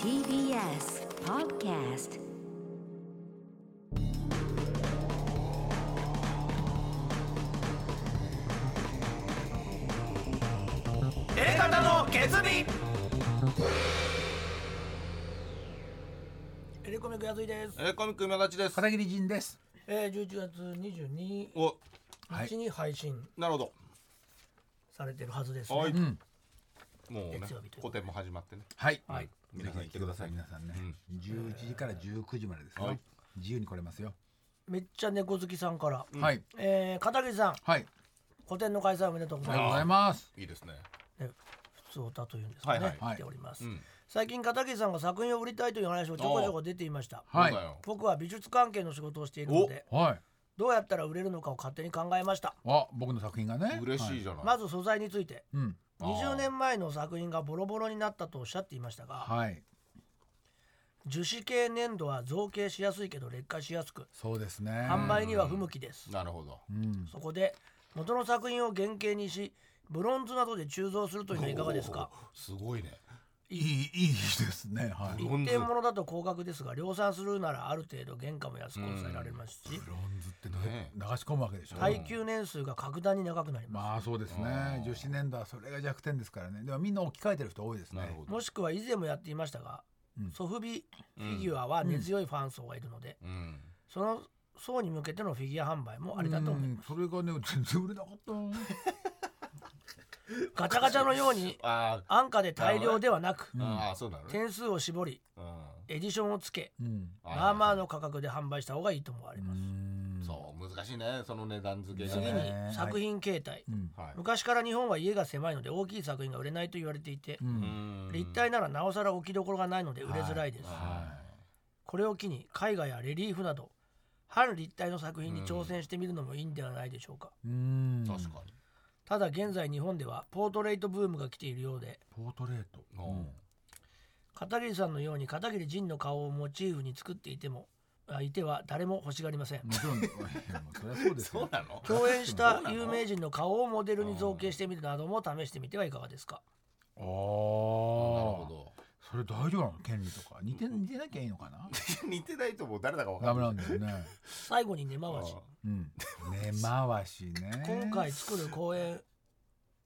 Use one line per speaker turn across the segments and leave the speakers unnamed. TBS Podcast
方の決意エレコミックやついです、
えー、コミック今立ちです。
片桐仁です。
えー、11月22
お、
はい
日に配信
なるほ
されてるはずです
ど。
ね、
はい。
ん
もうね
月曜日という、
古典も始まってね。
はい。
はい
皆さん来てください。皆さんね。11時から19時までですよ。
はい
自由に来れますよ。
めっちゃ猫好きさんから、
はい。
えー、片桐さん
はい。
個展の開催おめでとうござ
あり
い
がとう
ま
ございます。
いいですね。
す、ね、普通歌というんですかね、
はい
はい
来ております、
うん
最近片桐さんが作品を売りたいという話をちょこちょこ出ていました
はい
そうだよ
僕は美術関係の仕事をしているので
はい。
どうやったら売れるのかを勝手に考えました
あ、僕の作品がね。
嬉しい
は
じゃない。
まず素材について
うん。
あー
20年前の作品がボロボロになったとおっしゃっていましたが
はい。
樹脂系粘土は造形しやすいけど劣化しやすく
そうですね。
販売には不向きです
なるほど。
うん。
そこで元の作品を原型にしブロンズなどで鋳造するというのはいかがですか
おー。すごいね。
いい、いいですね。はい。
一
ロンズ
点物だと高額ですが量産するならある程度原価も安く抑えられますし
ブロンズってね
ね
流し込むわけでしょ。
耐久年数が格段に長くなります
まあそうですね。女子年度はそれが弱点ですからね。でもみんな置き換えてる人多いですね。
なるほど。
もしくは以前もやっていましたが
うん
ソフビフィギュアは根強いファン層がいるので
うん。
その層に向けてのフィギュア販売もありだと思います
うんそれがね全然売れなかったな。
ガチャガチャのように
あ
安価で大量ではなく
ー、あー、そうなのね。
点数を絞り
うん。
エディションをつけ
うん。
まあまあの価格で販売した方がいいと思われ
う
ます
ん。
そう難しいね。その値段付けが
次
ね。
に作品形態
うん。
はい。
昔から日本は家が狭いので大きい作品が売れないと言われていて
うん。
ん
立体ならなおさら置きどころがないので売れづらいです
は
これを機に絵画やレリーフなど反立体の作品に挑戦してみるのもいいんではないでしょうか
うん
い。確かに。
ただ現在日本ではポートレートブームが来ているようで
ポートレート。
うん
片桐さんのように片桐仁の顔をモチーフに作っていてもあいては誰も欲しがりません
もちろん、いやもうそれはそうです
そう
よ。
なの。
共演した有名人の顔をモデルに造形してみるなども試してみてはいかがですか
ああ、なる
なるほ
ほど。
ど。
それ大丈夫なの権利とか。似て、似てなきゃいいのかな
似てないともう誰だかわか
ダ
ん
メ
ない。
なんだよね。
最後に根回し
うん。根回しね。
今回作る公演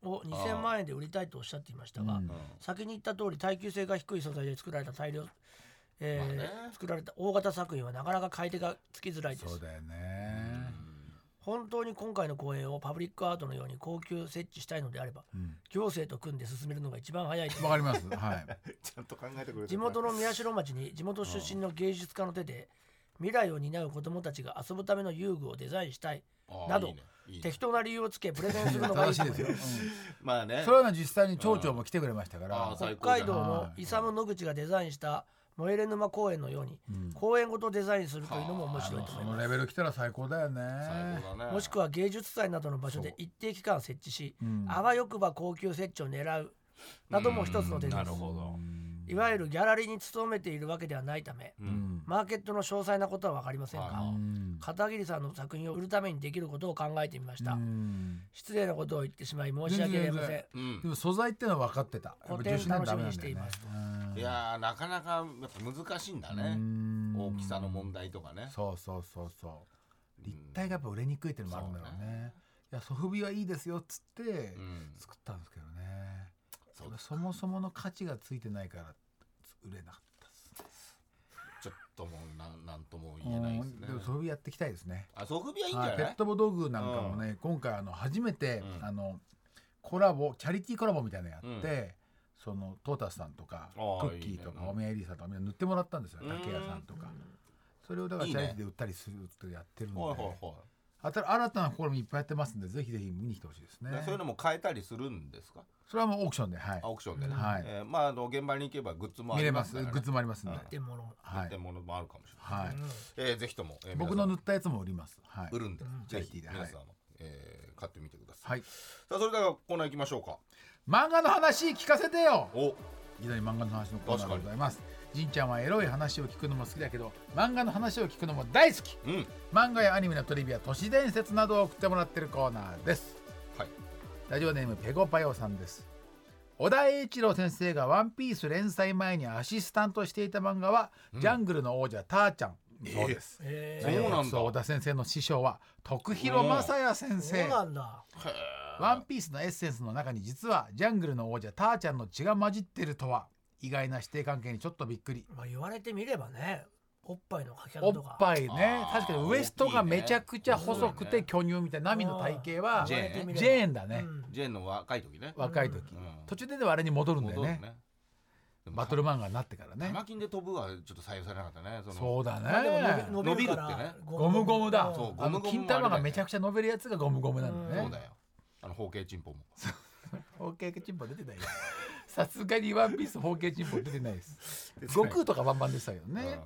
を2000万円で売りたいとおっしゃっていましたが、
うん
先に言った通り耐久性が低い素材で作られた大量、えー
まあね
作られた大型作品はなかなか買い手がつきづらいで
そう
す
だよね。
本当に今回の公演をパブリックアートのように高級設置したいのであれば
うん。
行政と組んで進めるのが一番早いと
わかります。はい。
ちゃんと考えてくれてる。
地元の宮代町に地元出身の芸術家の手で未来を担う子どもたちが遊ぶための遊具をデザインしたい
あー
など
いいねいいね
適当な理由をつけプレゼンするのがい
正
い
し
と
い
思
で
い
すよ。
ま
うん
す
まあね。
それはね、実際に町長も来てくれましたか
あ
ら
ー。最高
北
じゃ
海道
ん。
のイサム野口がデザインした燃えれ沼公園のように公園ごとデザインするというのも面白いと
そ
思い
の
ま
レベル来たら最高だよ
最
ね。
高だね。
すもしくは芸術祭などの場所で一定期間設置し
ん
あわよくば高級設置を狙うなども一つの手
な
で
る
す
ほど。
いわゆるギャラリーに勤めているわけではないため
うん。
マーケットの詳細なことは分かりませんが
あ
うん
片桐さんの作品を売るためにできることを考えてみました、
うん
失礼なことを言ってしまい申し訳ありません
全然全然
うん
で。も素材ってのは分かってた。
個展
やっぱ女子なんてダメなん
楽しみに
だよね
していますと
うん
いやーなかなかやっぱ難しいんだね
ん
大きさの問題とかね
そうそうそうそう立体がやっぱ売れにくいっていうのもあるんだろうねいやソフビはいいですよっつって
うん
作ったんですけどね、
そう
やっぱそもそもの価値がついてないから売れなかったです
ちょっともうなんなんとも言えないです
うん
ね
でもソフビやっていきたいですね
あソフビはいいんじ
は
ゃ
ペ
な
ッ
い
トボトルなんかもね、今回あの初めて、
うん
あのコラボチャリティーコラボみたいなのやって、そのトータスさんとか
あー
クッキーと
いい
か
ね
おみやりさんとかみんな塗ってもらったんですよ
うん
竹屋さんとかそれをだから
いい
チ
ね
ャリティーで売ったりするってやってる
ほい
ので
ほいほ
あた新たな試みいっぱいやってますんでぜひぜひ見に来てほしいです
い
ね
でそういうのも変えたりするんですか
それはもうオークションではい
あオークションでね
はい
えーまああの現場に行けばグッズもあ
見れ
り
ま
ますす
グ
からね
ッズもありますんで
建物も
は
売って
い
るものもあるかもしれない
はい
えーぜひともえー皆さ
僕
ん
の塗ったやつも売りますはい
売るんでぜ
チャリティ
ひ
ーではい
皆さんもえー買ってみてくださ
はいい
さあそれではコーナー行きましょうか
漫画の話聞かせてよ
お
いきなり漫画の話のコーナーでございますじんちゃんはエロい話を聞くのも好きだけど漫画の話を聞くのも大好き
うん
漫画やアニメのトリビア都市伝説などを送ってもらってるコーナーです
はい
ラジオネームペゴパヨさんです小田栄一郎先生が「ワンピース連載前にアシスタントしていた漫画は「ジャングルの王者ターちゃん」そうです。
え
そうなんだ
そう小田先生の師匠は徳弘正也先
ー、そう
生
なんだ。
ワンピースのエッセンスの中に実はジャングルの王者ターちゃんの血が混じってるとは意外な師弟関係にちょっとびっくり
まあ、言われてみればね、おっぱいのかき方
おっ
とか。
ぱいね
あー
確かにウエストがめちゃくちゃ細くて巨乳みたいなナミの体型は
ジ
ジ
ェーン
ン
ェーンだね
ジェーンの若い時ね。
若い時
うん
途中ででもあれに戻るんだ
戻
よ
る
ね
ね。
バトル漫画になってからね
玉金で飛ぶはちょっと採用されなかったね。の
そうだ
まあでも
ね
伸び伸びるか
伸びる
ら
ってね
ゴムゴムだ
うん
そう
あ
ゴムゴムもあれだよ
の
ね
金玉がめちゃくちゃ伸びるやつがゴムゴムなんだ
そ
よ
う
ね
だよ。あの包茎チンポも。
包茎チンポ出てないよさすがにワンピース包茎チンポ出てない です悟空とかバンバンでしたよね、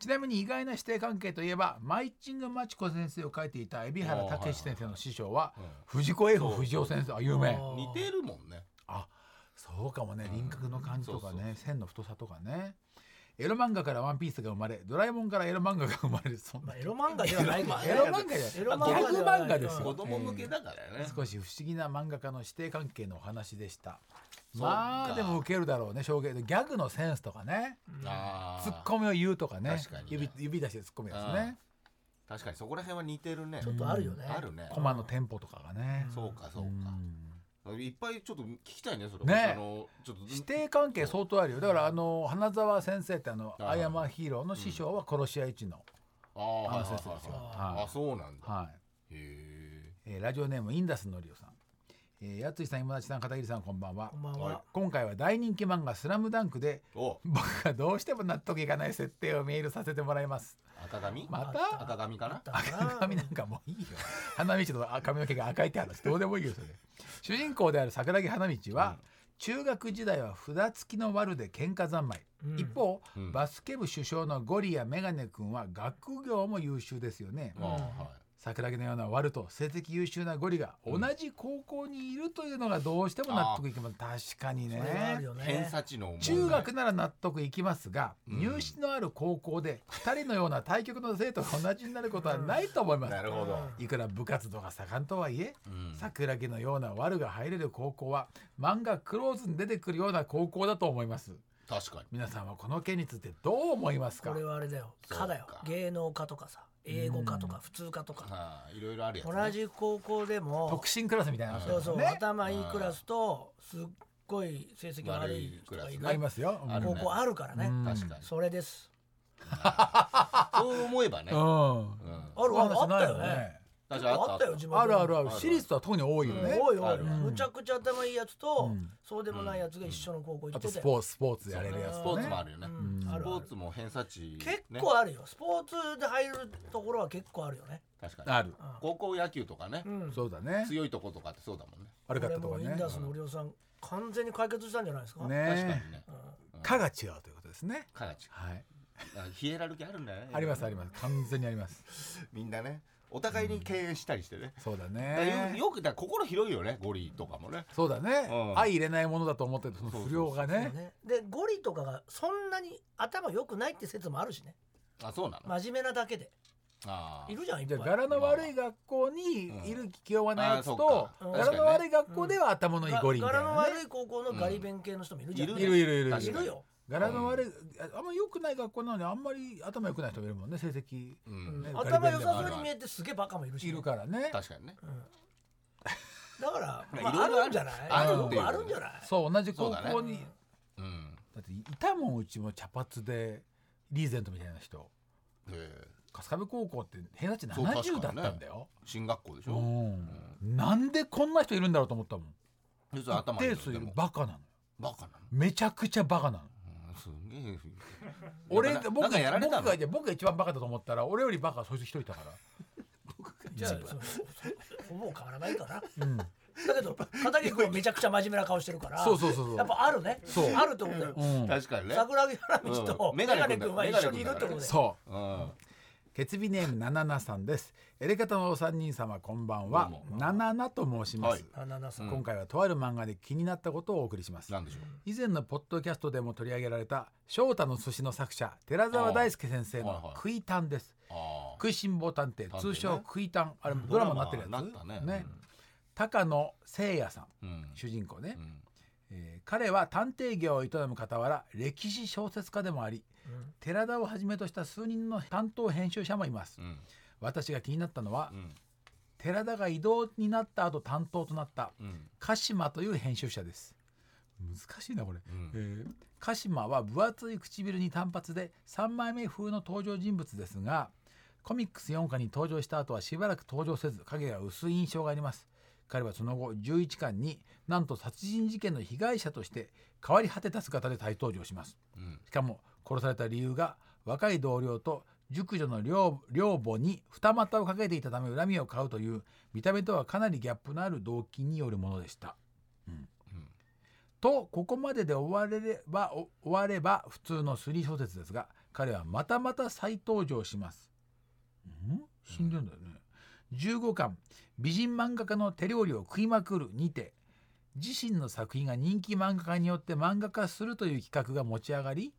ちなみに意外な師弟関係といえばマイチングマチコ先生を書いていた海老原武史先生の師匠は
うん
藤子 F 不二雄先生あ有名
あー
似てるもんね。
あそうかもね
うん
輪郭の感じと
そ
か
うそう
ね線の太さとかねエロ漫画からワンピースが生まれドラえもんからエロ漫画が生まれるそん
ま
な
あ、エロ漫画ではないから、ね。
エロ漫画じゃ
エ
な
ロ
い
漫画では
ギャグ
ない
漫画です
子
よ
供向けだからね。
少し不思議な漫画家の師弟関係のお話でした
そうか
まあでも受けるだろうね衝撃ギャグのセンスとかね
あ
ツ
ー
ッコミを言うとかね
確かにね
指指出してツッコミですね
確かにそこら辺は似てるね。
ちょっとあるよね。
あるね。
コマのテンポとかがね
そうかそうか。いっぱいちょっと聞きたいねそれ。
ね
あのちょっと
指定関係相当あるよだからあの花澤先生ってあの「
あー
アイアマヒーロー」の師匠は殺し屋一の、
ああはいはいはい
あのそうそうそう
はい。あそうなんだ。
はい
へえ。
えーラジオネームインダスのりおさん、えー、やついさん今立さん片桐さんこんばんは
こんばん
はい
は。
今回は大人気漫画「スラムダンクで
お
僕がどうしても納得いかない設定をメールさせてもらいます
赤髪？
ま
た
赤髪かな？
だから
髪なんかもういいよ花道のあ髪の毛が赤いって話どうでもいいよそれ主人公である桜木花道は、中学時代は札付きの悪で喧嘩三昧、
うん
一方、
うん
バスケ部主将のゴリやメガネ君は学業も優秀ですよね、
ああはい。
桜木のような悪と成績優秀なゴリが同じ高校にいるというのがどうしても納得いきます確かに
それはある
ね
よね。
偏差値の問題
中学なら納得いきますが、
うん
入試のある高校で2人のような対局の生徒が同じになることはないと思います
なるほど、
いくら部活動が盛んとはいえ
うん
桜木のような悪が入れる高校は漫画クローズに出てくるような高校だと思います
確かに
皆さんはこの件についてどう思いますか
これはあれだよ。
そう
科
か
だよ。芸能科とかさ、英語科と
う
か、普通科とか。
ああいろいろあるやつ、ね、
同じ高校でも
特、進クラスみたいな話
そうそう、
ね
頭いいクラスと、すっごい成績悪い人がい
悪いク
る
ラ
ありますよ、
ある
高
ね
校あるからね
う。ん
確かに
それです。
そう思えばね、
う
うん
ん
あるあるあったよ
そうなんです
ね。
確かにあった
あったよ、地元
あるあるあ
あ
る。私立は特に多いよね。
多い多
あ
い。
る
むちゃくちゃ頭いいやつと
うん、
そうでもないやつが一緒の高校行
あ
ってた
とス
よ。
ポーツ、スポーツやれるやつ
ス
と
ポ
ね。
ーツもあるよね
うんあ
ス
る
ポ
あ
ー
る
ツも偏差値、ね、
結構あるよ。スポーツで入るところは結構あるよね。
確かに
ある。
高校野球とかね、
うん。
そうだね。
強いとことかってそうだもんね
悪かっ
これ
たと
もう
か
イ
ね
ン。ダスの森尾さん、完全に解決したんじゃないですか。
確かに
ね。
ね
科が違うということですね。
かなち
はい。
ヒエラルキーあるんだね
ありますあります。完全にあります。
みんなねお互いに敬遠したりしてね、
そうだ
だから
ね
よ。よくだから心広いよねゴリとかもね
そうだね
う。ん
相入れないものだと思ってるその不良がね。
ねでゴリとかがそんなに頭良くないって説もあるしね
あそうなの、
真面目なだけで
ああ
いるじゃんいっ
じゃあ
ぱい
柄の悪い学校にいる気弱なやつと
うん
あーそうか
柄の悪い学校では頭のいい
が
ゴリみたい
柄の
なね
悪い高校のガリ勉系の人もいるじゃん、
うん
いるいるいる
確
い
か
る
に
いるよ、
柄の悪いああんま良くない学校なのにあんまり頭良くない人もいるもんね成績
う
うん
ん、
ね
頭良さそうに見えてすげえバカもいるしね、
いるからね
確かにね
だから、
い
ま
ろ
あ、あ
いろある
るんじゃない
あ
あ
る
る
っていう
あるんじゃない
そう同じ高
そ
校
うだ
に
ねうん
だっていたもんうちも茶髪でリーゼントみたいな人
へえ
春日部高校って平地
そう確かに
70
ね
だったんだよ、
進学校でし
う
ょ、
んなんでこんな人いるんだろうと思ったもん
要するに頭いい
定
よ
数い
で
る
も
バカなの
バカなの、
めちゃくちゃバカなの
うん、すげえ
俺
なんか
僕
なんかやら
が
れた
僕が
の
いや僕が一番バカだと思ったら俺よりバカはそいつ一人い たか
じゃあそうそうほぼ変わらないから
ら、うん、
だけど片桐君はめちゃくちゃ真面目な顔してるから
そうそうそうそう
やっぱあるね
そう
あるってことだよ、
うん
確かにね
桜木花道と
うん
メ
メ
ガ
ガ
ネ
ネ
君
君
は
だ
一緒にいるってことだよ
そう
うん
決日ネームナナナさんですエレカタのお三人様こんばんは
どうも
ナナナと申します、
あななさん、
今回はとある漫画で気になったことをお送りします
なんでしょ
以前のポッドキャストでも取り上げられた翔太の寿司の作者寺澤大輔先生
はいは
の
い
食いタンです
うああ
食いしん坊探
探
偵
偵ね
通称食いタンあれもドラマになってるやつ
ドラマになったねうん
高野誠也さ
う
ん
ん
主人公ね
うん
えー彼は探偵業を営む傍ら歴史小説家でもあり
うん
寺田をはじめとした数人の担当編集者もいます、
うん
私が気になったのは、
うん
寺田が異動になった後担当となった
うん
鹿島という編集者です難しいなこれ、
うん
えー鹿島は分厚い唇に短髪で3枚目風の登場人物ですがコミックス4巻に登場した後はしばらく登場せず影が薄い印象があります彼はその後11巻になんと殺人事件の被害者として変わり果てた姿で再登場します
うん
しかも殺された理由が若い同僚と熟女の寮寮母に二股をかけていたため恨みを買うという見た目とはかなりギャップのある動機によるものでした。
うん
とここまでで終われればお終われば普通のスリー小説ですが彼はまたまた再登場します。ん死んでんだよね。15巻「美人漫画家の手料理を食いまくる」にて自身の作品が人気漫画家によって漫画化するという企画が持ち上がり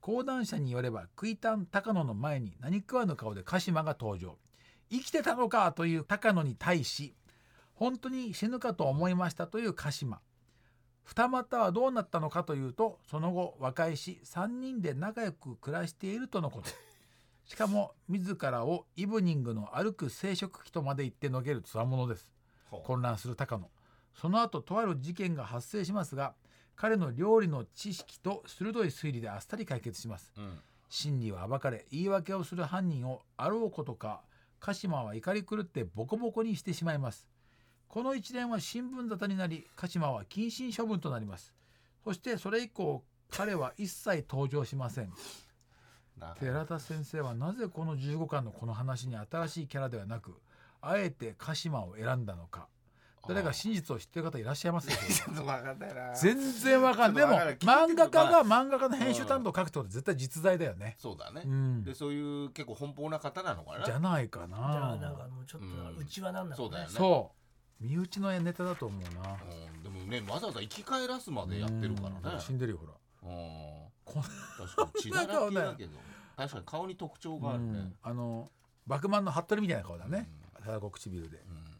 講談社によれば「クイタン高野」の前に何食わぬ顔で鹿島が登場生きてたのかという高野に対し本当に死ぬかと思いましたという鹿島二股はどうなったのかというとその後和解し3人で仲良く暮らしているとのことしかも自らをイブニングの歩く生殖器とまで言ってのけるつわものです
ほう
混乱する高野その後とある事件が発生しますが彼の料理の知識と鋭い推理であっさり解決します
うん
真理は暴かれ言い訳をする犯人をあろうことか鹿島は怒り狂ってボコボコにしてしまいますこの一連は新聞沙汰になり鹿島は謹慎処分となりますそしてそれ以降彼は一切登場しません
な
寺田先生はなぜこの15巻のこの話に新しいキャラではなくあえて鹿島を選んだのか誰か真実を知ってる方いらっしゃいますでしょうか
ちょっとわかんないな
全然わかんない。でも
ちょっとわかんない
漫画家
ま
が漫画家の編集担当を書くってことは絶対実在だよね。
そうだね
うん
で。そういう結構奔放な方なのかな
じゃないか
じゃあなんか
な。
もうちょっ
うん
とうちはなんだろう
そうだ
ね
よね
そう。身内のネタだと思うな。
うんでもねわざわざ生き返らすまでやってるから
うん
ね
死んでるよほら。
うん
こん
確かに血だらけだけど 確かに顔に特徴がある
う
ね
んあのバクマンの服部みたいな顔だね。ただこう唇で。
うん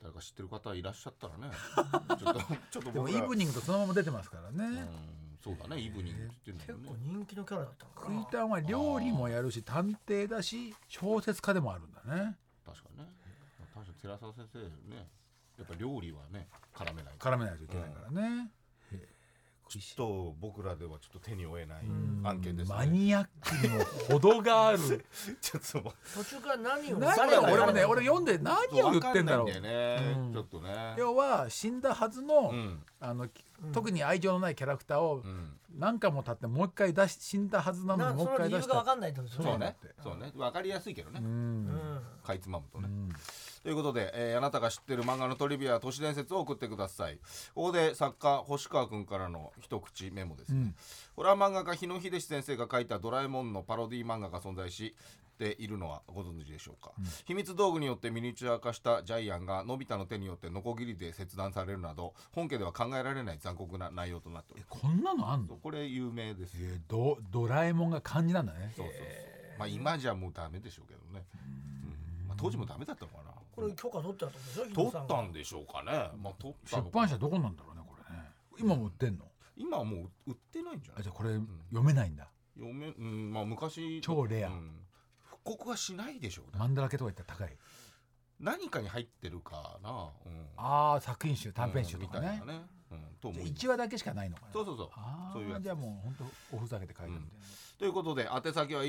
誰か知ってる方いらっしゃった らねちょっとちょっと
でも
僕
イ
ら
ブニングとそのまま出てますから
う
ね。
んそうだねイブニングって言っ
結
てる
構
のね
人気のキャラだったのか
ク
な
イタンは料理もやるし探偵だし小説家でもあるんだね。
確かにね確かに寺澤先生ねやっぱ料理はね絡めない
絡めないといけないからね。
ちょっと僕らではちょっと手に負えない
うん
案件です
マ
ね。
ニアックにも程があ る。
ちょっとも
途中から何を
何
誰
を
が
俺もね
誰が
俺読んで何
う
を言ってんだろう
わかんないんだよ
うん
ね。ちょっとね。
要は死んだはずの,、
うん
あのき
うん
特に愛情のないキャラクターを
うん。
何回も経ってもう一回出し死んだはずなの
な
に
そ
も
の
う一回
理由
出し
が分
た
かんないってことです
そ
よ
う
ね
ね。そうね。わかりやすいけどね
う。
うんん
かいつまむと
う
ね。
ん
ということで、えーあなたが知ってる漫画のトリビア都市伝説を送ってくださいここで作家星川君からの一口メモですね、ホラー漫画家日野秀志先生が書いた「ドラえもん」のパロディ漫画が存在しているのはご存知でしょうか、秘密道具によってミニチュア化したジャイアンがのび太の手によってノコギリで切断されるなど本家では考えられない残酷な内容となっておりま
こんなのあんの
すこれ有名ですよ、
えードドラえもんが漢字なんだね
そうそうそうまあ今じゃもうダメでしょうけどね、うんまあ、当時もダメだったのかな
これ許可取ってたと思うんですよ
取
日野さ
っ
んが
たんでしょうかね、まあ、取った
出
のか
版社どこなんだろうねこれね今も売ってんの
今はもう売ってないんじゃな
あ
い
じゃあこれ読めないんだ
読めうんまあ昔
超レア
うん復刻はしないでしょうね、
マンダラケとか言ったら高い
何かに入ってるかな、うん、
ああ作品集短編集とかね
うんみたいなね、うん、と思
じゃ
う
あ一話だけしかないのかな
そうそうそう
あ
そういうや
あ
つ
じゃあもう本当おふざけて書いてるみたいな
ということで宛先は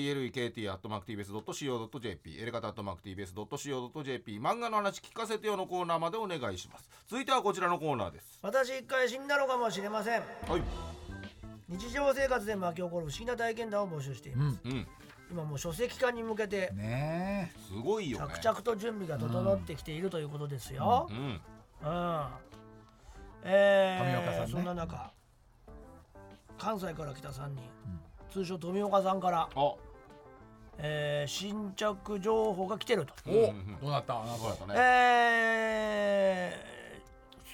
elekt.mactvs.co.jp エレカタ .mactvs.co.jp 漫画の話聞かせてよのコーナーまでお願いします続いてはこちらのコーナーです
私一回死んだのかもしれません
はい
日常生活で巻き起こる不思議な体験談を募集しています、
うん
今もう書籍化に向けて
ね
すごいよね
着々と準備が整ってきているということですよ
う、ん
うんえー
富岡さんね
そんな中関西から来た3人、通称富岡さんから、
あお
えー新着情報が来てると、
え、
うんう
お、
ん
どうなったあな
そうだったたね
え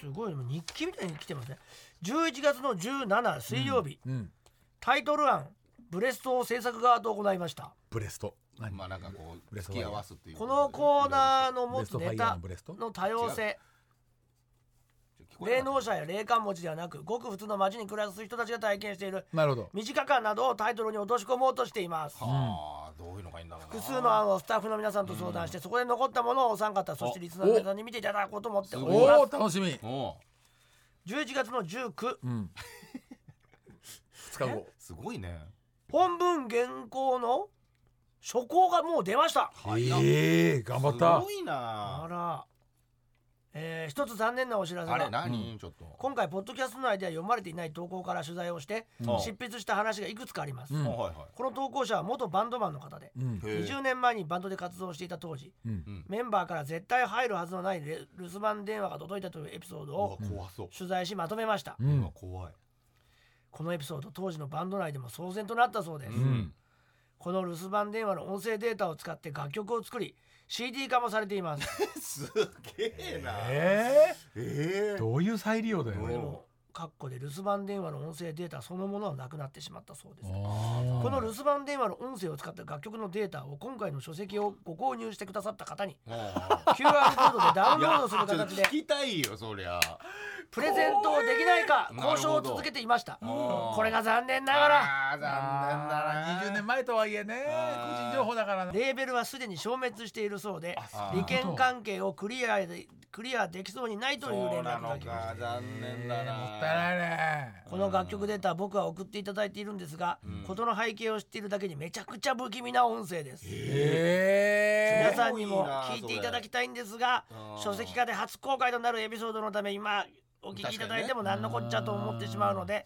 ーすごいもう日記みたいに来てますね11月の17水曜日、
うん
タイトル案ブレストを制作側と行いました
ブレスト何
まあなんかこう
ブレス
付
ファイ
き
ヤー
合わすっていう
このコー
ー
ナーの
ブ
持
レス
つ
トファ
ネ
イヤー
タ
のブレスト
の多様性
こえ
霊
なかっ
能者や霊感持ちではなくごく普通の町に暮らす人たちが体験している
なるほど
身近感などをタイトルに落とし込もうとしています
たはあ、どういうのがいいんだろうな
複数の案をスタッフの皆さんと相談して、そこで残ったものをお三方そしてリスナーの皆さんに見ていただこうと思っており
お
ま
おー楽しみ
おう
す11月の19
うん2日後
すごいね
本文原稿の初稿がもう出ました
はい
ええ頑張った
すごい
あ
な
ら、えー一つ残念なお知らせ
あれ
が
何、ちょっと
今回ポッドキャスト内では読まれていない投稿から取材をして、
うん
執筆した話がいくつかあります、
うん
あはいはい
この投稿者は元バンドマンの方で
うん
へえ
20年前にバンドで活動していた当時
うん
うん
メンバーから絶対入るはずのないレ留守番電話が届いたというエピソード
うわ
を
怖そう、
取材しまとめました、
う
うんわ怖い、
このエピソード当時のバンド内でも騒然となったそうです、
うん
この留守番電話の音声データを使って楽曲を作り CD 化もされています
すげえなえ
え
え
えどういう再利用だ
う
で
ん
よ
も括弧で留守番電話の音声データそのものはなくなってしまったそうですこ
こ
の留守番電話の音声を使った楽曲のデータを今回の書籍をご購入してくださった方に QR コードでダウンロードする
ちょっと
形で
聞きたいよそりゃ
プレゼントをできないか
怖い
交渉を続けていました
なるほど
これが残念ながら
あー残念だな
20年前とはいえね個
あー
人情報だからね
レーベルはすでに消滅しているそうで
あ
利権関係をクリアでクリアできそうにないという
そ
連
うな
絡
の
が来ました
か残念だな、
もったいないね
この楽曲データは僕は送っていただいているんですが、
うん
事の背景を知っているだけにめちゃくちゃ不気味な音声です、
え
皆
え
さんにも
えー
聞いていただきたいんですが
うん
書籍化で初公開となるエピソードのため今お聞きいただいても何のこっちゃと思ってしまうので、
うん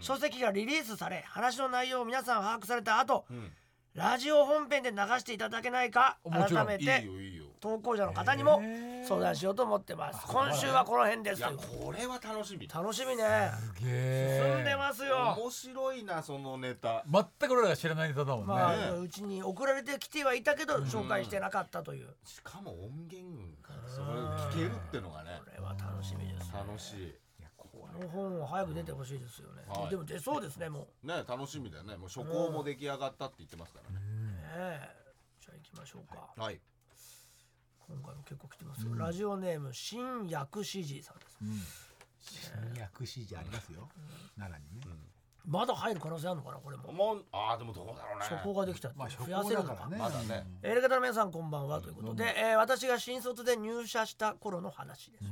書籍がリリースされ話の内容を皆さん把握された後
うん
ラジオ本編で流していただけないか
もち
改
ろん
め
いい
て
よいいよ
投稿者の方にも
へー
相談しようと思ってます今週はこの辺で
い
す
やこれは楽しみ
楽しみね
すげえ
進んでますよ
面白いなそのネタ
全く俺らが知らないネタだもんね、
ま
ね
あうちに送られてきてはいたけど紹介してなかったという
しかも音源からそれを聞けるってのがね
これは楽しみです
楽しい
この本は早く出てほしいですよね、
はい
でも出そうですねも
ね楽しみだよねもう初行も出来上がったって言ってますからね
うねえじゃあ行きましょうか、
はい
今回も結構来てますよ、ラジオネーム新薬師寺さんです
うん、新薬師じゃありますよ、奈良にね、
まだ入る可能性あるのかなこれも
もうあーでもどうだろうね
処方ができたって
まあ
増やせるのか、
まだね
えーエレガタの皆さんこんばんはということで、えー私が新卒で入社した頃の話です、
ん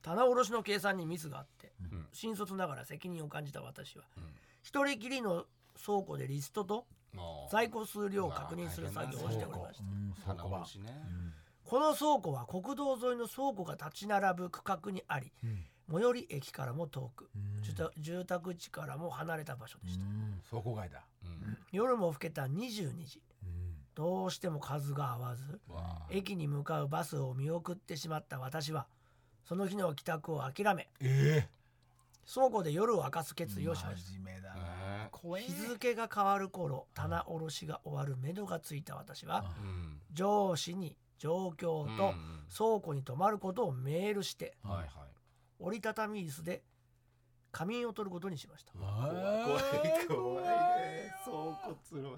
棚卸しの計算にミスがあって、
ん
新卒ながら責任を感じた私は、
ん
一人きりの倉庫でリストと
もう
在庫数量を確認する作業をしておりました
うん、そ
棚
こは
卸しね
この倉庫は国道沿いの倉庫が立ち並ぶ区画にあり、最寄り駅からも遠く、住宅住宅地からも離れた場所でした、
うん倉庫街だ、
うん
夜も更けた22時
うん
どうしても数が合わず
わあ
駅に向かうバスを見送ってしまった私はその日の帰宅を諦め
え
倉庫で夜を明かす決
え
意をしました
真面目だな
ね
怖え
日付が変わる頃棚卸しが終わる目処がついた私は
うん
上司に状況
うん
と倉庫に泊まることをメールして
はいはい
折りたたみ椅子で仮眠を取ることにしました
怖い怖いね倉庫つろい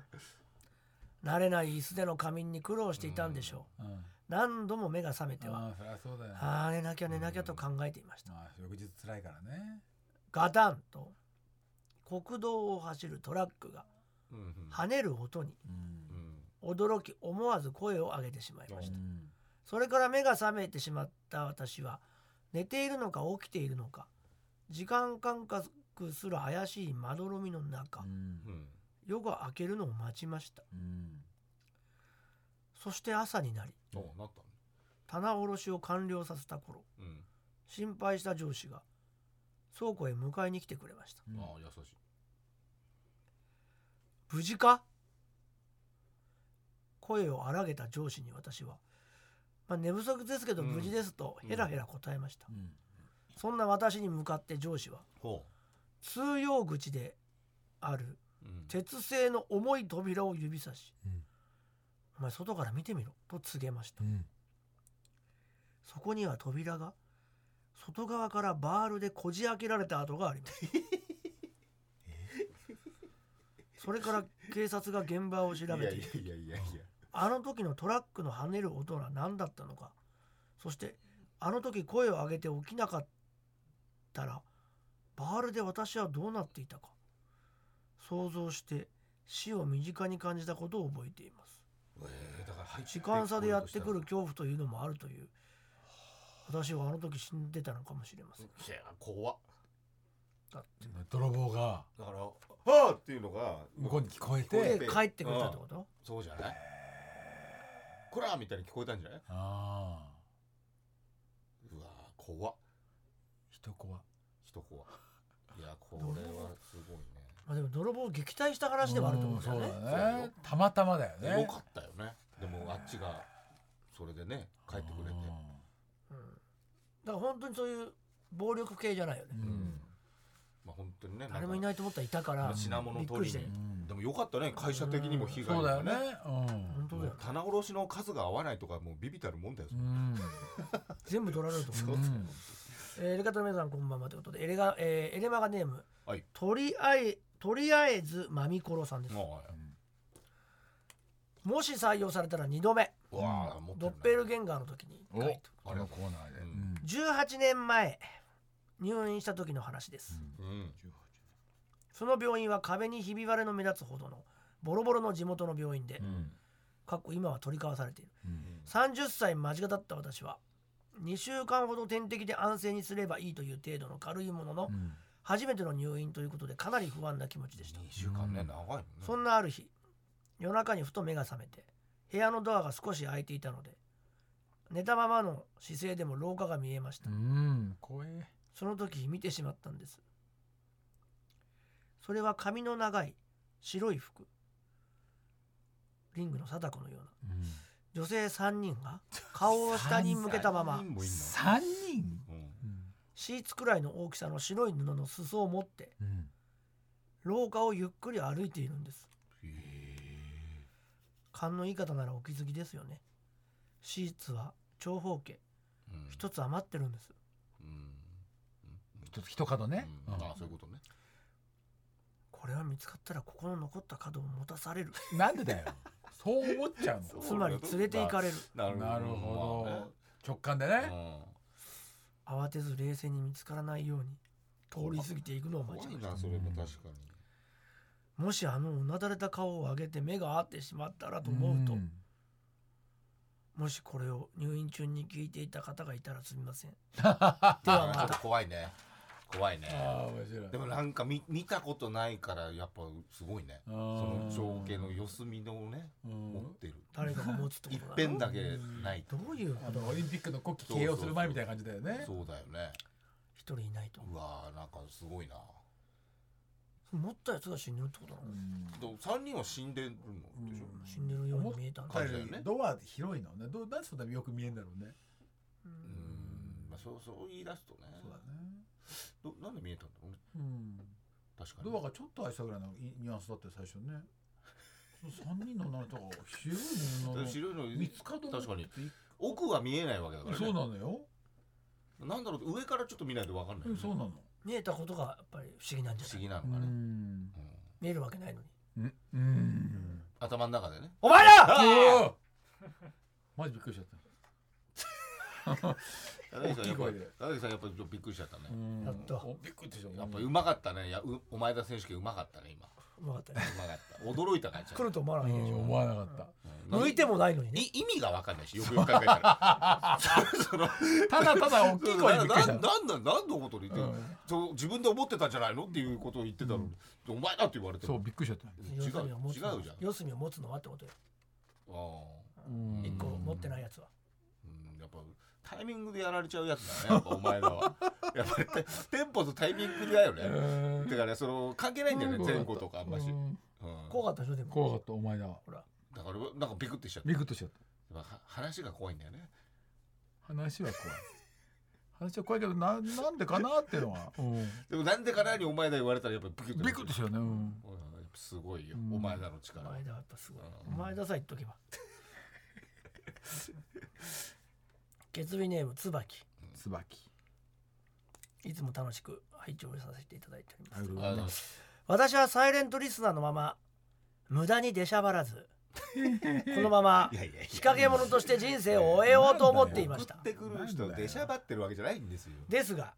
慣れない椅子での仮眠に苦労していたんでしょ
うん
う何度も目が覚めては
ああそりゃそうだよ
ああ寝なきゃ寝なきゃと考えていました
ああ翌日辛いからね
ガタンと国道を走るトラックが
うんうん
跳ねる音に
う
う
ん
ん
驚き思わず声を上げてしまいまし
う
た
ん
それから目が覚めてしまった私は寝ているのか起きているのか時間感覚する怪しいまどろみの中
うん
夜が明けるのを待ちました
うん
そして朝になり
おなったね
棚卸しを完了させた頃
うん
心配した上司が倉庫へ迎えに来てくれました
うん
ああ優しい
無事か声を荒げた上司に私は、まあ、寝不足ですけど
うん
無事ですとヘラヘラ答えました、
うん
そんな私に向かって上司は
ほ
通用口である
ううん
鉄製の重い扉を指さし、
うん
お前外から見てみろと告げました、
うん
そこには扉が外側からバールでこじ開けられた跡がありましたそれから警察が現場を調べて
いやいやいやいやいや
あの時のトラックの跳ねる音は何だったのかそしてあの時声を上げて起きなかったらバールで私はどうなっていたか想像して死を身近に感じたことを覚えています
えーだから入って
時間差でやってくる
い
恐怖というのもあるという私はあの時死んでたのかもしれません
や怖っ
だって
泥棒が
だから「はあ!」っていうのが
向こうに聞こえ
聞こえ
て
て
帰ってくれたってこと
そうじゃないこらみたいに聞こえたんじゃない
ああ
うわー怖っ
人怖
人怖っいやこれはすごいね
まあでも泥棒を撃退した話でもあると思うんだよね
うんそうだねたまたまだよね
エモかったよねでもあっちがそれでね帰ってくれて
うんだから本当にそういう暴力系じゃないよね、
うん
うんまあ本当にね
誰もい
い
ないと思ったらいたから、
品物取
びっ
り
くりした
に
よ
うん
でもよかったね会社的にも被害
そうだよ
がね
ねうん
本当だよ
棚卸しの数が合わないとかもうビビたるもんだよ
うん
全部取られると思う、
うん
えーエレガタの皆さんこんばんはということでエレガ、えーエレマガネーム、
はい
とりあえとりあえずマミコロさんです
も
もし採用されたら2度目
うわあ持って
ドッ
るね
ペルゲンガーの時に
お
書いて
あのコーナーで
うん
うん
18年前入院した時の話です、
うん
その病院は壁にひび割れの目立つほどのボロボロの地元の病院で、
うん
かっこ今は取り交わされている
うん
30歳間近だった私は2週間ほど点滴で安静にすればいいという程度の軽いものの、
うん
初めての入院ということでかなり不安な気持ちでした、
2週間ね
うん
長いのね
そんなある日夜中にふと目が覚めて部屋のドアが少し開いていたので寝たままの姿勢でも廊下が見えました、
うん怖え
その時見てしまったんですそれは髪の長い白い服リングの貞子のような女性3人が顔を下に向けたまま
三人もいんのう
三人
ん
うん
シーツくらいの大きさの白い布の裾を持って
うん
廊下をゆっくり歩いているんです
へ
勘のいい方ならお気づきですよねシーツは長方形
ーうん
一つ余ってるんです
うん
一つ一角ね
うん
うん
ああそういうことね
これは見つかったらここの残った角を持たされる
なんでだよそう思っちゃう
そう
の
つまり連れて行かれる
な
なるほ
まあね
ど直感でね
慌てず冷静に見つからないように通り過ぎていくのを
うん
待ち
怖い
まし
な
た
それも確かに
もしあのうなだれた顔を上げて目が合ってしまったらと思うと
ん
もしこれを入院中に聞いていた方がいたらすみませんでは
あ
ま
ーちょったと怖いね怖いね
ああ面白い
でもなんか見見たことないからやっぱすごいね
そ
その情景の四隅のをね持ってる
誰かが持つって
いっ
こと
ぺ
だ
ん
な
だけないと
どういう
あ
こと
のオリンピックの国旗掲揚する前みたいな感じだよね。
そうだよね
一人いないと
うわーなんかすごいな
持ったやつが死ぬってことなの
でも三人は死んでるのでしょ
死んでるように見えたんだ
思っ
彼
たよね
ドア広いのね。どうなんでそんなよく見えんだろうね。
うーんまあそうそう言い出すとね
そうだね。
どなんで見えたんだろうね
うん。
確かに
ドアがちょっと開いてたぐらいのニュアンスだって最初ね。三人の女の人が白い布
だ
の
って白いの
見つかった
確かに奥は見えないわけだからね
そうなのよ。
なんだろう上からちょっと見ないと分かんない、
うんそうな
不
の。
見えたことがやっぱり不思議なんじゃ
思
ない
議なの
う
かね、
ん。
うん
見えるわけないのに
うん。うん。
頭の中でね
お前ら
ああ。マジびっくりしちゃった。
大
大きい声で
高木さんやっぱりちょっとびっくりしちゃったね、
ん
やっと
おびっくりでしょ。
やっぱうまかったねいやうお前田選手権うまかったね今
分かったよ
うまかった驚いた感じ
来ると思わないでし
うん
ょ
思わなかった。
抜いてもないのにね
い意味が分かんないしよくよく考えたらその
ただた だ大きい声でびっくりし
な
た。
ななんだ何のことを言ってる、
うん
そう自分で思ってたんじゃないのっていうことを言ってたのに、お前だって言われて
そう
も
びっくりしちゃった。
違う違う
四隅を持つ
じ
の
ゃ
は
ん
四隅を持つのはってことよ
あ
うん
一個持ってないやつは
ーうんやっぱタイミングでやられちゃうやつだねやっぱお前ら はやっぱりテテンポとタイミングだよね、
うん
だからねその関係ないんだよね
うん
前後とかあんまし、
うん
うん
怖かったでしょでも
怖かったお前だわ。
ほら
だからなんかビクってしちゃった
ビクッとしちゃった。
やっぱは話が怖いんだよね
話は怖い。話は怖いけどななんでかなっていうのは。うん
でもなんでかなにお前だ言われたらやっぱりビクって
びっくりしちゃうね。うん
うんやっぱすごいよ、
うん
お前だの力
前田はやっぱすごい
うん
前田さえ言っとけば月日ネーム椿
椿。
いつも楽しく拝聴させていただいており
あり
ま
が
す
あ
とうござい
の
ます。
私はサイレントリスナーのまま無駄に出しゃばらずこのまま
いやいやいや
仕掛け者として人生を終えようと思っていました
送ってくる
な
人
んだよ
出しゃばってるわけじゃないんですよ。
ですが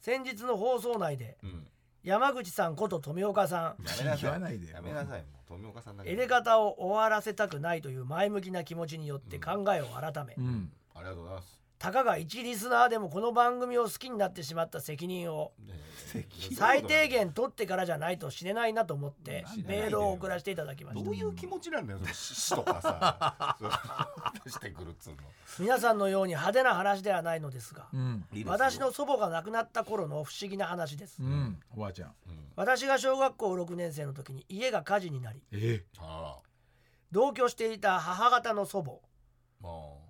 先日の放送内で
うんうん
山口さんこと富岡さん
やめな
言わ
さ
ないいでよ
やめなさい。もう富岡さんだけ。
入れ方を終わらせたくないという前向きな気持ちによって考えを改め、
うん
ありがとうございます。
たかが一リスナーでもこの番組を好きになってしまった責任を
ね
最低。限取ってからじゃないと死ねないなと思って
死ねないでよ
メールを送らせていただきまし
ど
た
ういう気持ちなんだよ。その死とか さそう、出してくるっつうの。
皆さんのように派手な話ではないのですが
うん
いいですよ
私の。祖母が亡くなった頃の不思議な話です
うんおばあちゃん
うん
私が小学校6年生の時に家が火事になり
え
あら、
同居していた母方の祖母
まあ。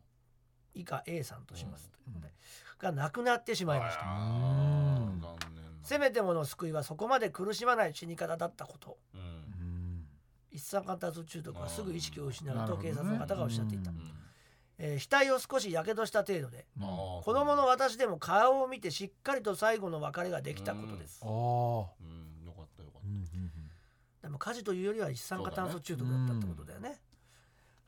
以下 A さんとします、
うんうん
が亡くなってしまいました
あ
うん
ー残念な
せめてもの救いはそこまで苦しまない死に方だったこと
う
えうんん
一酸化炭素中毒はすぐ意識を失
な
う
る
と
ほどね
警察の方がおっしゃっていた、
うん
えー額を少し火傷した程度で
まあ
子供の私でも顔を見てしっかりと最後の別れができたことです、
ああ
うんよかったよかっ
うんうん
でも火事というよりは一酸化炭素中毒だったってことだよね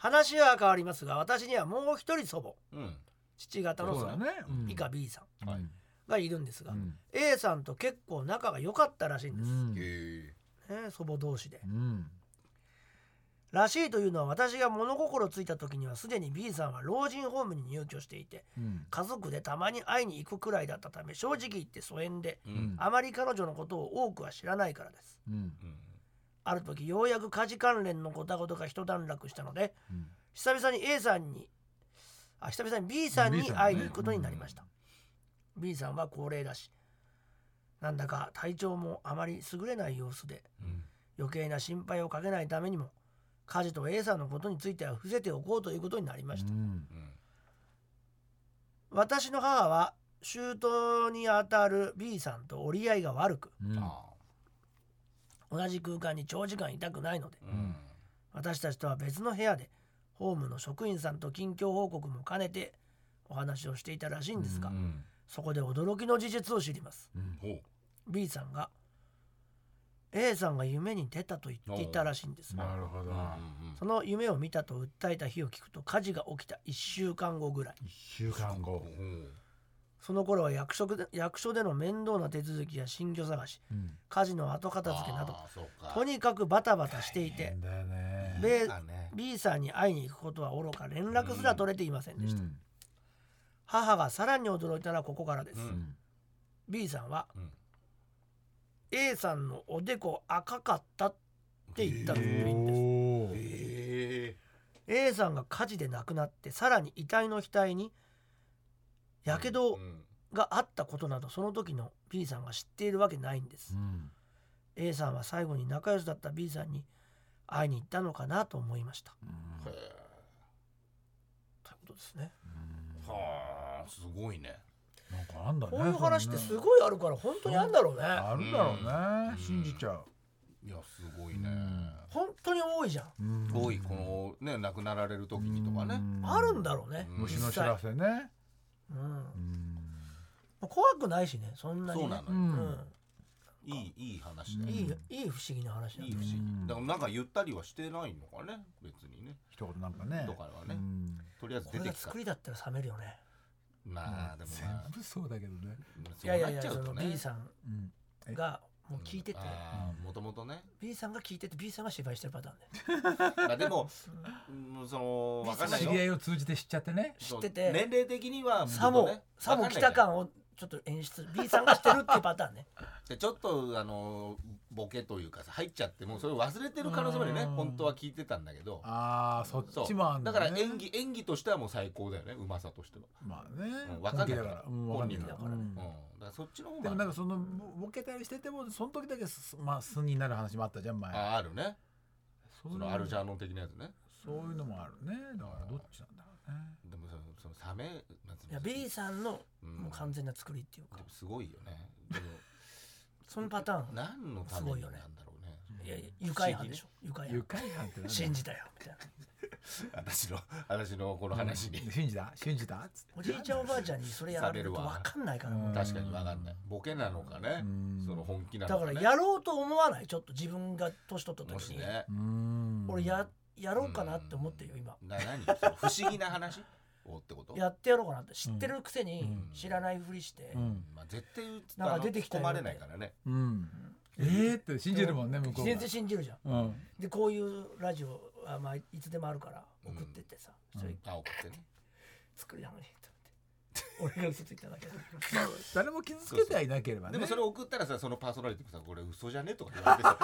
話は変わりますが私にはもう一人祖母
たうん
父方
うん
の祖
そう
母、
だねうん
以下 B さん
は
はいい
がいるんですが、
うん
A さんと結構仲が良かったらしいんです、
うん
へ
ね、祖母同士で
う。ん
らしいというのは私が物心ついた時にはすでに B さんは老人ホームに入居していて
うん
家族でたまに会いに行くくらいだったため正直言って疎遠で
えう
うん
ん
あまり彼女のことを多くは知らないからです。
うん
うん
ある時ようやく家事関連のごたごたが一段落したので
うん
久々に A さんにあ久々に B さんに
B さんね
会いに行くことになりました、B さんは高齢だしなんだか体調もあまり優れない様子で
うん
余計な心配をかけないためにも家事と A さんのことについては伏せておこうということになりました、
うん
うん
私の母は周到にあたる B さんと折り合いが悪く
うん
あ
同じ空間に長時間いたくないので
ーうん
私たちとは別の部屋でホームの職員さんと近況報告も兼ねてお話をしていたらしいんですが、
うん
そこで驚きの事実を知ります
うん
ほう
B さんが A さんが夢に出たと言っていたらしいんです
なるほど
うん
その夢を見たと訴えた日を聞くと火事が起きた1週間後ぐらい
一週間後
うん
その頃は役職で役所での面倒な手続きや新居探し
うん
家事の後片付けなど
あーそうか
とにかくバタバタしていて
変だよね
で
なんかね
B さんに会いに行くことはおろか連絡すら取れていませんでした、
うん
母がさらに驚いたのはここからです、
う
うん
B さんは
うん
A さんのおでこ赤かったって言った
へ
というんです、
おー
え
A さんが火事で亡くなってさらに遺体の額に
え
やけどがあったことなどその時の B さんが知っているわけないんです
う、ん
A さんは最後に仲良しだった B さんに会いに行ったのかなと思いました
うん
へえ
ということですね
はあすごいね
なんかあんだね
こういう話ってすごいあるから本当にあんだろうね
あるんだろう
うん
ね信じちゃう
いやすごいね
本当に多いじゃん
うん
多いこのね亡くなられる時にとかね
うん
あるんだろうね
うん
虫の
実
知
際
らせね
うん
うん
怖くないしねそんなに
そ
ね
うなの
う
う
よ
んん
いいいい話
う
だ
ん
よ
いいいい不思議な話だ
いい
ね
不思議
うん
だからなんかゆったりはしてないのかね別にね
一言なんかね
とかは
う
ね
ん
とりあえず
こ
出
れ
て
が
きた
作りだったら冷めるよね
まあでも
全
まあ
部そうだけどね
いやいやい
そうな
や
っちゃ
そうの
とね
B さん
うん
がもう聞いてて
もともとね
B さんが聞いてて B さんが芝居してるパターンで
まあでもうんそのわかんない
知り
よ
合いを通じて知っちゃってね
そう
知ってて
年齢的には
さ
元
も
々ね
さも来た感をちょっと演出 B さんがしてるっていうパターンね
でちょっとあのボケというかさ入っちゃってもうそれを忘れてる可能性までね
うん
本当は聞いてたんだけど
ああそっ
そう
ちもあん
だから
ね
演技演技としてはもう最高だよねうまさとしては
まあね
うんわかんない
本気だからうんわかんない
本人
か
だ
ら
か
う
うんだからそっちの方
で
が
もなんかそのボボケたりしててもその時だけすまあ素になる話もあったじゃん前
ああるね
そうい
そう
の
のアルジャーノン的なやつね
そういうのもあるねだからどっちなんだろうね
でもそのそのサメ
いや B さんの
うん
もう完全な作りっていうか
でもすごいよねでも
そのパターン
何のためになんだろうね
いやいや愉快犯でしょ愉快
愉
犯
快犯ってなんだろう
信じたよみたい
私の私のこの話に、
信じた信じたつっ
おじ
て
いちゃんおばあちゃんにそれやられると分かんないから
うん
確かに分かんないボケなのかね、
うん
その本気な
だ
の
か
か、ね、
らやろうと思わないちょっと自分が年取った
もし
時に、
ね
うーん
俺ややろうかなって思ってるよ今
な何その不思議な話をってこと
やってやろうかなって知ってるくせ
う
に
ん
知らないふりして、
うん
まあ、絶対言うと
なんか出てきた
あ
よ
の突っ込まれないからね
うんえーって信じるもんね向こう
全然
が
信じるじゃん
うん
でこういうラジオはまあいつでもあるから送ってってさ、
うん
それ
あ送ってね
作りなのにと 思って俺が嘘ついただけだ
誰も傷つけてはいなければね
でもそれ送ったらさそのパーソナリティもさこれ嘘じゃねとか言われてさ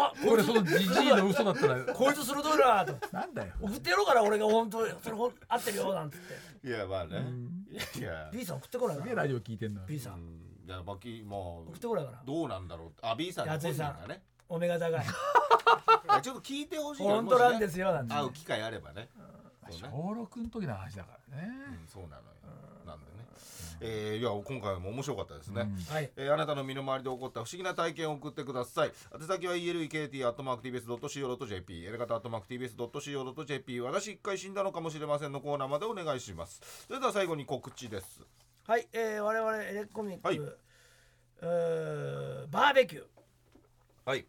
あ
これそのじじいの嘘だったら
こいつ鋭いなと思って
なんだよ
送ってやろうから俺が本当にそれほん合ってるよなんつって
いやまあね、
うん
いやいや
B さん送ってこない
す
か
げえ
ら
ラジオ聞いてんの
B
う
さん
んいやまあきま
送っ
あ
てこないから
どうなんだろうあ B さんの本人がね
お目が 高い
いやちょっと聞いてほしいよ
本当なんで
もし
すよなん
ね
て
会う機会あればねそうね
小六の時の話だからね
うんそうなのよなんでねえーいや今回も面白かったですね、
うん
はい
えーあなたの身の回りで起こった不思議な体験を送ってください。宛先は elekt.tbs.co.jp、エレガタ .tbs.co.jp、私一回死んだのかもしれませんのコーナーまでお願いします。それでは最後に告知です。
はい、えー、我々エレコミック、
はいう
ーバーベキュー
はい。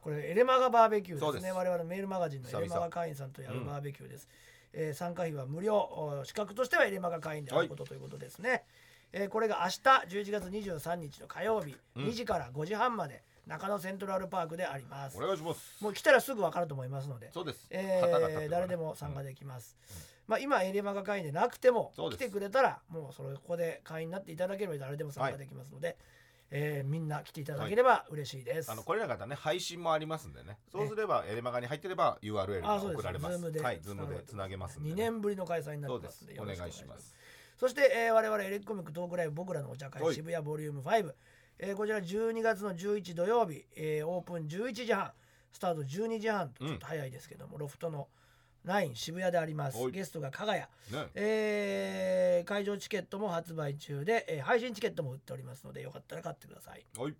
これエレマガバーベキューですね
そうです
我々メールマガジンの
久
エ
々
レマガ会員さんとや
う
る
ん
バーベキューです、えー参加費は無料お資格としてはエレマガ会員であることということですね、えーこれが明日11月23日の火曜日、2時から5時半まで中野セントラルパークであります
お願いします。
もう来たらすぐ分かると思いますので
そうです。
え
方々
ー
というのはね
誰でも参加できます、まあ、今エレマガ会員でなくても
そう
来
です
てくれたらもうそれここで会員になっていただければ誰でも参
は
加
い
できますので、えーみんな来ていただければ嬉しいです、
あのこれら方ね配信もありますんでね。そうすればエレマガに入ってれば URL が
あそうで
送
す
られます。
Zoom で
はい、ズームでつなげますんで、
2年ぶりの開催にな
そ
っ
う
て
で
ます
す
んで。
お
よろ
願
しくお願
い
い
し
し
ま
ます
す。
そして、えー我々エレックコミックトークライブ僕らのお茶
は
会
い
渋谷ボリューム5、えーこちら12月の11土曜日、えーオープン11時半スタート12時半と
うん
ちょっと早いですけども、ロフトの9渋谷であります
はい
ゲストが加賀谷、
ね。
えー会場チケットも発売中で、えー配信チケットも売っておりますのでよかったら買ってください
はい。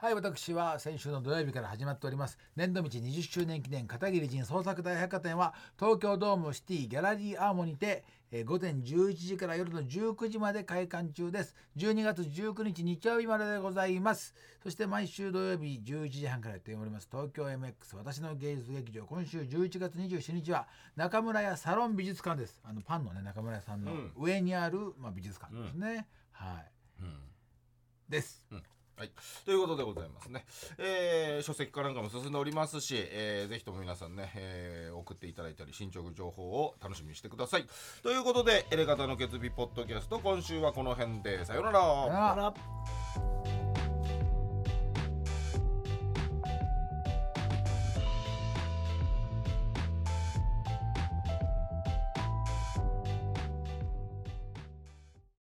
はい、私は先週の土曜日から始まっております。年度道20周年記念片桐仁創作大百貨店は東京ドームシティギャラリーアーモにて、えー午前11時から夜の19時まで開館中です。12月19日日曜日まででございます。そして毎週土曜日11時半からやっております東京 MX 私の芸術劇場今週11月27日は中村屋サロン美術館です。あのパンのね中村屋さんの
うん
上にある、まあ、美術館ですね。はい。
うん
です。
はい、ということでございますね、えー書籍化なんかも進んでおりますし、えーぜひとも皆さんね、えー送っていただいたり進捗情報を楽しみにしてくださいということで「エレガタの決意ポッドキャスト」今週はこの辺でさようなら
さよなら
あら